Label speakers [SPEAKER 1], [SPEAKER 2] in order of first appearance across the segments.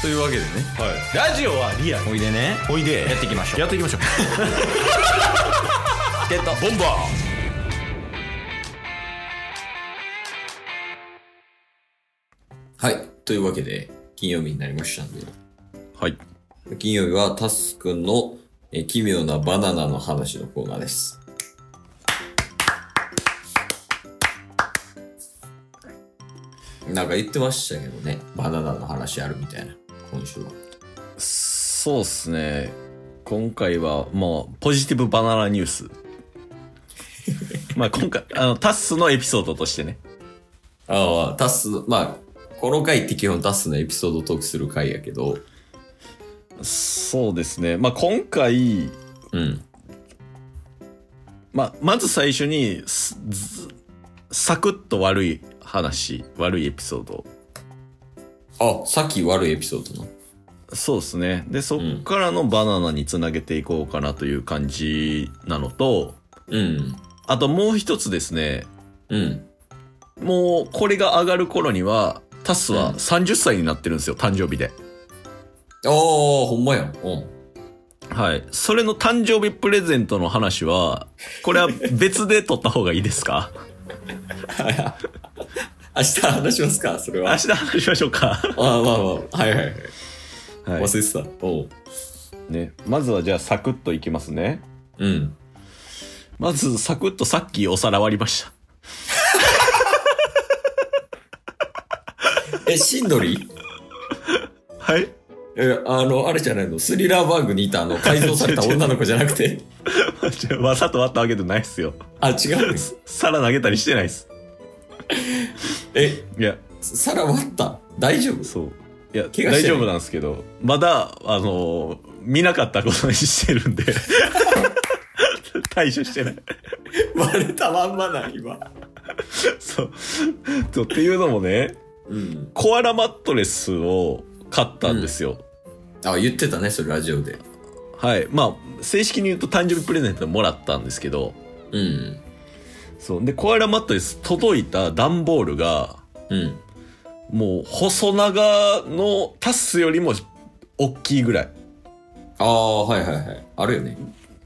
[SPEAKER 1] というわけでね
[SPEAKER 2] はい、ラジオはリアル
[SPEAKER 1] おいでね
[SPEAKER 2] おいで
[SPEAKER 1] やっていきましょう
[SPEAKER 2] やっていきましょう
[SPEAKER 1] ゲットボンバーはいというわけで金曜日になりましたんで
[SPEAKER 2] はい
[SPEAKER 1] 金曜日はタスくんのえ奇妙なバナナの話のコーナーですなんか言ってましたけどねバナナの話あるみたいな今週は
[SPEAKER 2] そうっすね今回はもうポジティブバナナニュ ースまあ今回あのタッスのエピソードとしてね
[SPEAKER 1] ああ、タス、まあ、この回って基本タスのエピソードトークする回やけど、
[SPEAKER 2] そうですねまあ今回、
[SPEAKER 1] うん。
[SPEAKER 2] まあ、まず最初にすずサクッと悪い話悪いエピソード
[SPEAKER 1] あ、さっき悪いエピソードの。
[SPEAKER 2] そうですねでそっからのバナナにつなげていこうかなという感じなのと
[SPEAKER 1] うん。
[SPEAKER 2] あともう一つですね
[SPEAKER 1] うん。
[SPEAKER 2] もうこれが上がる頃にはタス
[SPEAKER 1] う
[SPEAKER 2] は
[SPEAKER 1] ん
[SPEAKER 2] 30歳になってるんですよ誕生日で
[SPEAKER 1] ああ、ほんまやん。うん。
[SPEAKER 2] はいそれの誕生日プレゼントの話はこれは別で撮った方がいいですか
[SPEAKER 1] 明日話しますかそれ
[SPEAKER 2] 明
[SPEAKER 1] は。
[SPEAKER 2] 日話しましょうか、
[SPEAKER 1] ああ、まあまあ。はいはいはい。
[SPEAKER 2] はい
[SPEAKER 1] 忘れてた。おう。
[SPEAKER 2] ね、まずはじゃあサクッといきますね
[SPEAKER 1] うん。
[SPEAKER 2] まずサクッとさっきお皿割りました
[SPEAKER 1] え、しんどり
[SPEAKER 2] はい
[SPEAKER 1] え、あの、あれじゃないのスリラーバーグにいたあの、改造された女の子じゃなくて。
[SPEAKER 2] わざと割ったわけじゃないっすよ
[SPEAKER 1] あ、違うんです。
[SPEAKER 2] 皿投げたりしてないっす
[SPEAKER 1] え、
[SPEAKER 2] いや
[SPEAKER 1] 皿割った大丈夫
[SPEAKER 2] そうい
[SPEAKER 1] 怪
[SPEAKER 2] や
[SPEAKER 1] 我し
[SPEAKER 2] 大
[SPEAKER 1] てない
[SPEAKER 2] 丈夫なんですけどまだあのー見なかったことにしてるんで 対処してない
[SPEAKER 1] 割れたまんまな、今。
[SPEAKER 2] そうそうっていうのもね
[SPEAKER 1] うん。
[SPEAKER 2] コアラマットレスを買ったんですよ、
[SPEAKER 1] あ、言ってたね、それラジオで。
[SPEAKER 2] はいまあ正式に言うと誕生日プレゼントでもらったんですけど
[SPEAKER 1] うん。
[SPEAKER 2] そうでコアラマットレス届いた段ボールが
[SPEAKER 1] うん。
[SPEAKER 2] もう細長のタスよりも大きいぐらい
[SPEAKER 1] ああ、はいはいはい。あるよね。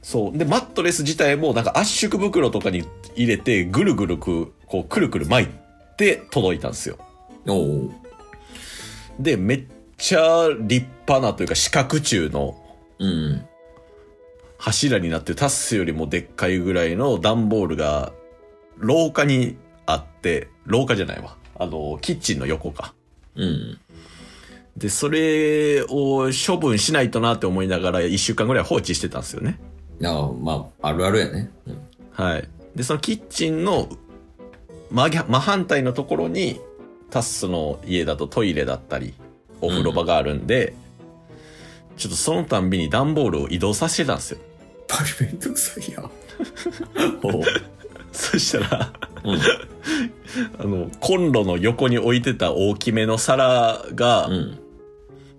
[SPEAKER 2] そうでマットレス自体もなんか圧縮袋とかに入れてぐるぐるくこうくるくる巻いて届いたんですよ
[SPEAKER 1] おお。
[SPEAKER 2] でめっちゃ立派なというか四角柱の
[SPEAKER 1] うん。
[SPEAKER 2] 柱になってタッスよりもでっかいぐらいの段ボールが廊下にあって廊下じゃないわあのキッチンの横か
[SPEAKER 1] うん。
[SPEAKER 2] でそれを処分しないとなって思いながら1週間ぐらい放置してたんですよね
[SPEAKER 1] ああ、まあ、あるあるやね。うん。
[SPEAKER 2] はい。で、そのキッチンの真逆真反対のところに、タッスの家だとトイレだったり、お風呂場があるんで、ちょっとそのたんびに段ボールを移動させてたんですよ。
[SPEAKER 1] ぱりめんどくさいや。おう。
[SPEAKER 2] そしたら、
[SPEAKER 1] うん。
[SPEAKER 2] あの、コンロの横に置いてた大きめの皿が
[SPEAKER 1] う、ん。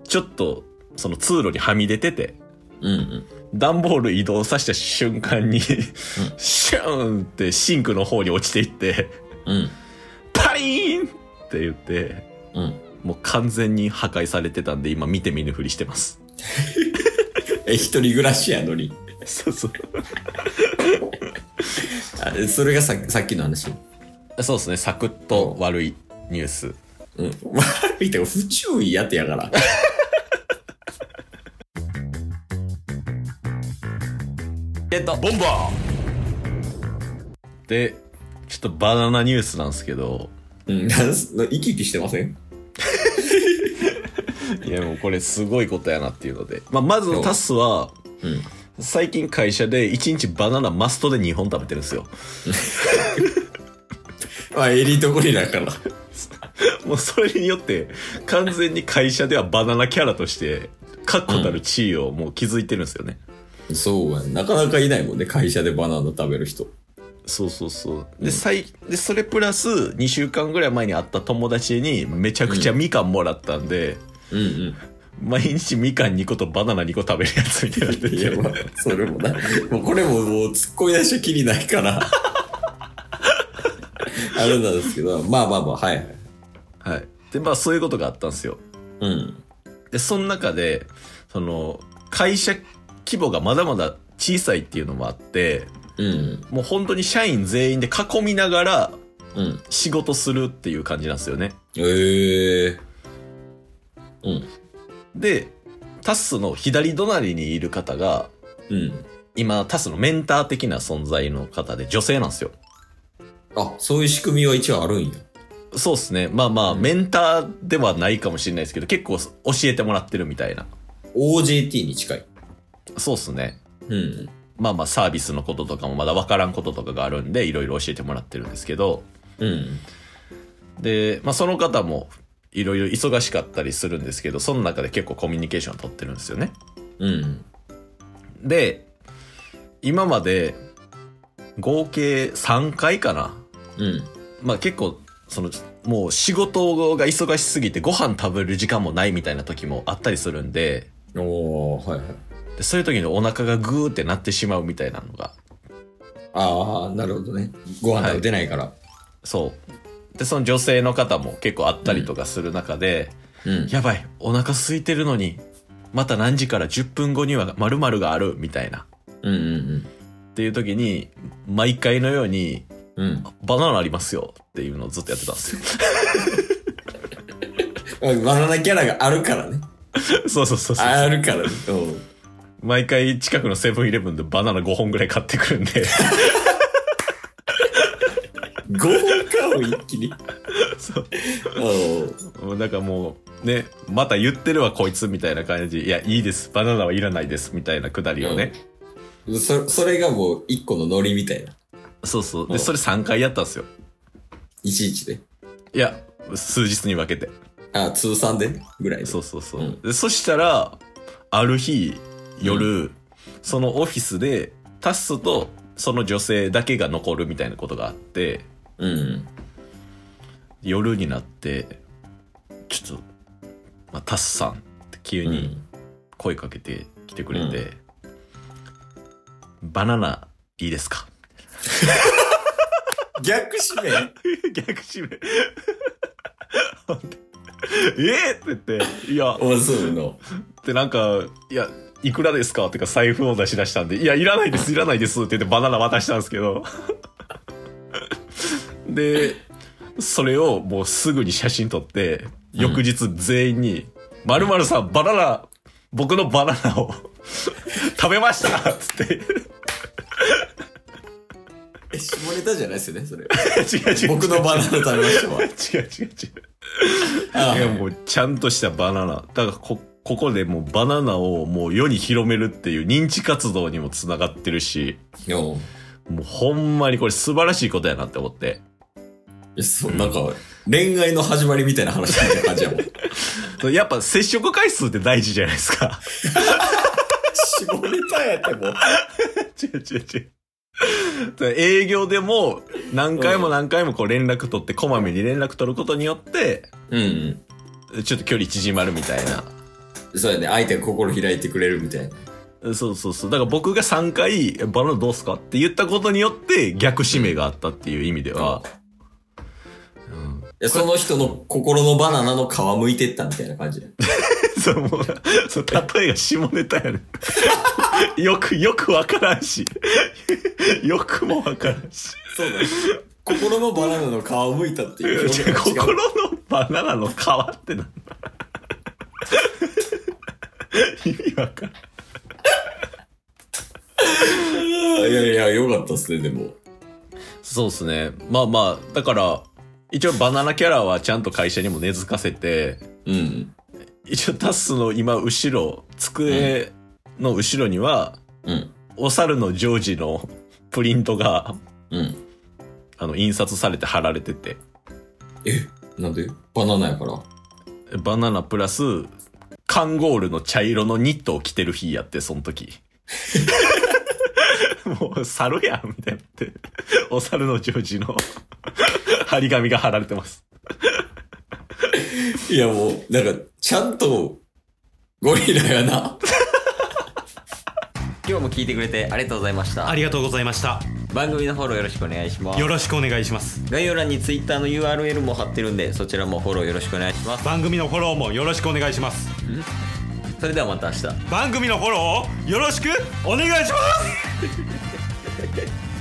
[SPEAKER 2] ちょっと、その通路にはみ出てて、
[SPEAKER 1] うんうん。
[SPEAKER 2] 段ボール移動させた瞬間に、シューンってシンクの方に落ちていって、
[SPEAKER 1] うん。
[SPEAKER 2] パリーンって言って、
[SPEAKER 1] うん。
[SPEAKER 2] もう完全に破壊されてたんで、今見て見ぬふりしてます。
[SPEAKER 1] え、一人暮らしやのに。
[SPEAKER 2] そうそう。
[SPEAKER 1] あえそれがささっきの話。
[SPEAKER 2] そうですね、サクッと悪いニュース。
[SPEAKER 1] うん。悪いってか不注意やってやから。
[SPEAKER 2] ゲットボンバーで、ちょっとバナナニュースなんですけど、
[SPEAKER 1] うん。なんす生き生きしてません
[SPEAKER 2] いやもうこれすごいことやなっていうので。まあ、まずタスは、
[SPEAKER 1] うん。
[SPEAKER 2] 最近会社で1日バナナマストで2本食べてるんですよ。
[SPEAKER 1] まあ、エリートゴリラやから。
[SPEAKER 2] もうそれによって、完全に会社ではバナナキャラとして、確固たる地位をもう築いてるんですよね。
[SPEAKER 1] そうや。なかなかいないもんね。会社でバナナ食べる人。
[SPEAKER 2] そうそうそう。で、さいでそれプラス、2週間ぐらい前に会った友達に、めちゃくちゃみかんもらったんで、
[SPEAKER 1] うんうん。
[SPEAKER 2] 毎日みかん2個とバナナ2個食べるやつみたいになって
[SPEAKER 1] いや、
[SPEAKER 2] て
[SPEAKER 1] まあ、それもな。もうこれももう突っ込み出しちゃきりない から。あれなんですけど、まあまあまあ、はいはい。
[SPEAKER 2] はい。で、まあそういうことがあったんですよ。
[SPEAKER 1] うん。
[SPEAKER 2] で、その中で、その、会社規模がまだまだ小さいっていうのもあって、
[SPEAKER 1] うん。
[SPEAKER 2] もう本当に社員全員で囲みながら
[SPEAKER 1] うん。
[SPEAKER 2] 仕事するっていう感じなんですよね。
[SPEAKER 1] ええうん。
[SPEAKER 2] で、タスの左隣にいる方が、
[SPEAKER 1] うん。
[SPEAKER 2] 今、タスのメンター的な存在の方で女性なんですよ。
[SPEAKER 1] あ、そういう仕組みは一応あるんや。
[SPEAKER 2] そうですね。まあまあ、
[SPEAKER 1] うん
[SPEAKER 2] メンターではないかもしれないですけど、結構教えてもらってるみたいな。
[SPEAKER 1] OJT に近い。
[SPEAKER 2] そうですね。
[SPEAKER 1] うん。
[SPEAKER 2] まあまあ、サービスのこととかもまだ分からんこととかがあるんで、いろいろ教えてもらってるんですけど、
[SPEAKER 1] うん。
[SPEAKER 2] で、まあその方も、いろいろ忙しかったりするんですけど、その中で結構コミュニケーション取ってるんですよね。
[SPEAKER 1] うん。
[SPEAKER 2] で、今まで、合計3回かな。
[SPEAKER 1] うん。
[SPEAKER 2] まあ結構、その、もう仕事が忙しすぎてご飯食べる時間もないみたいな時もあったりするんで、
[SPEAKER 1] おー、はいはい。
[SPEAKER 2] でそういう時にお腹がグーってなってしまうみたいなのが、
[SPEAKER 1] ああ、なるほどね。ご飯食べてないから。
[SPEAKER 2] そう。で、その女性の方も結構あったりとかする中で、
[SPEAKER 1] うん。
[SPEAKER 2] やばい、お腹空いてるのに、また何時から10分後には〇〇があるみたいな。
[SPEAKER 1] うんうん
[SPEAKER 2] っていう時に、毎回のように、
[SPEAKER 1] うん。うん。
[SPEAKER 2] バナナありますよっていうのをずっとやってたんですよ。
[SPEAKER 1] バナナキャラがあるからね。
[SPEAKER 2] そうそうそうそう。
[SPEAKER 1] あるからね。
[SPEAKER 2] 毎回近くのセブンイレブンでバナナ5本ぐらい買ってくるんで、
[SPEAKER 1] 5本かを一気に。
[SPEAKER 2] そう
[SPEAKER 1] う
[SPEAKER 2] もうなんかもう、ね、また言ってるわ、こいつみたいな感じ。いや、いいです。バナナはいらないです。みたいなくだりをね。
[SPEAKER 1] ん。そそれがもう一個のノリみたいな。
[SPEAKER 2] そうそう。
[SPEAKER 1] う
[SPEAKER 2] で、
[SPEAKER 1] ん
[SPEAKER 2] それ3回やったんですよ。
[SPEAKER 1] いちいちで。
[SPEAKER 2] いや、数日に分けて。
[SPEAKER 1] あ、通算でぐらいで。
[SPEAKER 2] そうそうそう。
[SPEAKER 1] うん
[SPEAKER 2] でそしたら、ある日、夜、そのオフィスで、タッスとその女性だけが残るみたいなことがあって、
[SPEAKER 1] うん。
[SPEAKER 2] 夜になって、ちょっと、まあ、タッスさんって急
[SPEAKER 1] う
[SPEAKER 2] に
[SPEAKER 1] ん。
[SPEAKER 2] 声かけてきてくれて、バナナいいですか
[SPEAKER 1] 逆指名
[SPEAKER 2] 逆指名。ほんでえーって言って、いや、
[SPEAKER 1] おそうの。
[SPEAKER 2] でなんか、いや、いくらですかってか財布を出し出したんで、いや、いらないです、いらないですって言ってバナナ渡したんですけど。 で、それをもうすぐに写真撮って、翌日全員に、まるまるさん、バナナ、僕のバナナを 食べましたっつって、
[SPEAKER 1] え、下ネタじゃないですよね、それ。
[SPEAKER 2] 違う違う違う。
[SPEAKER 1] 僕のバナナ食べましたわ。
[SPEAKER 2] 違う違う違う。
[SPEAKER 1] あ
[SPEAKER 2] いやもうちゃんとしたバナナ。だからこ、ここでもうバナナをもう世に広めるっていう認知活動にもつながってるし、
[SPEAKER 1] うん
[SPEAKER 2] もうほんまにこれ素晴らしいことやなって思って。
[SPEAKER 1] えそう、なんか、恋愛の始まりみたいな話みたいな感じやもん。
[SPEAKER 2] そうやっぱ接触回数って大事じゃないですか。
[SPEAKER 1] 下ネタやっても。
[SPEAKER 2] 違う違う違う。営業でも何回も何回もこう連絡取ってこまめに連絡取ることによって、
[SPEAKER 1] うん。
[SPEAKER 2] ちょっと距離縮まるみたいな。
[SPEAKER 1] そうやね、相手が心開いてくれるみたいな。
[SPEAKER 2] そうそうそう。だから僕が3回、えバナナどうすかって言ったことによって逆指名があったっていう意味では、うん
[SPEAKER 1] えその人の心のバナナの皮むいてったみたいな感じ。
[SPEAKER 2] そう、もう、そう、例えが下ネタやねん。 よく、よくわからんし。 よくもわからんし。
[SPEAKER 1] そうだね。心のバナナの皮むいたっていう表現が違う。
[SPEAKER 2] 心のバナナの皮ってなんだ。 意味わからん。
[SPEAKER 1] いやいや、よかったっすね、でも。
[SPEAKER 2] そうですね。まあまあ、だから、一応バナナキャラはちゃんと会社にも根付かせて、
[SPEAKER 1] うん。
[SPEAKER 2] 一応タスの今後ろ、机の後ろには、
[SPEAKER 1] うん。
[SPEAKER 2] お猿のジョージのプリントが、
[SPEAKER 1] うん。
[SPEAKER 2] あの、印刷されて貼られてて。
[SPEAKER 1] え、なんでバナナやから。
[SPEAKER 2] バナナプラス、カンゴールの茶色のニットを着てる日やって、その時。 もう、猿やんみたいになって。お猿のジョージの張り紙が貼られてます。
[SPEAKER 1] いやもう、なんか、ちゃんと、ゴリラやな。
[SPEAKER 3] 今日も聞いてくれてありがとうございました
[SPEAKER 4] ありがとうございました。
[SPEAKER 3] 番組のフォローよろしくお願いします
[SPEAKER 4] よろしくお願いします
[SPEAKER 3] 概要欄に Twitter の URL も貼ってるんでそちらもフォローよろしくお願いします
[SPEAKER 4] 番組のフォローもよろしくお願いします
[SPEAKER 3] それではまた明日
[SPEAKER 4] 番組のフォローをよろしくお願いします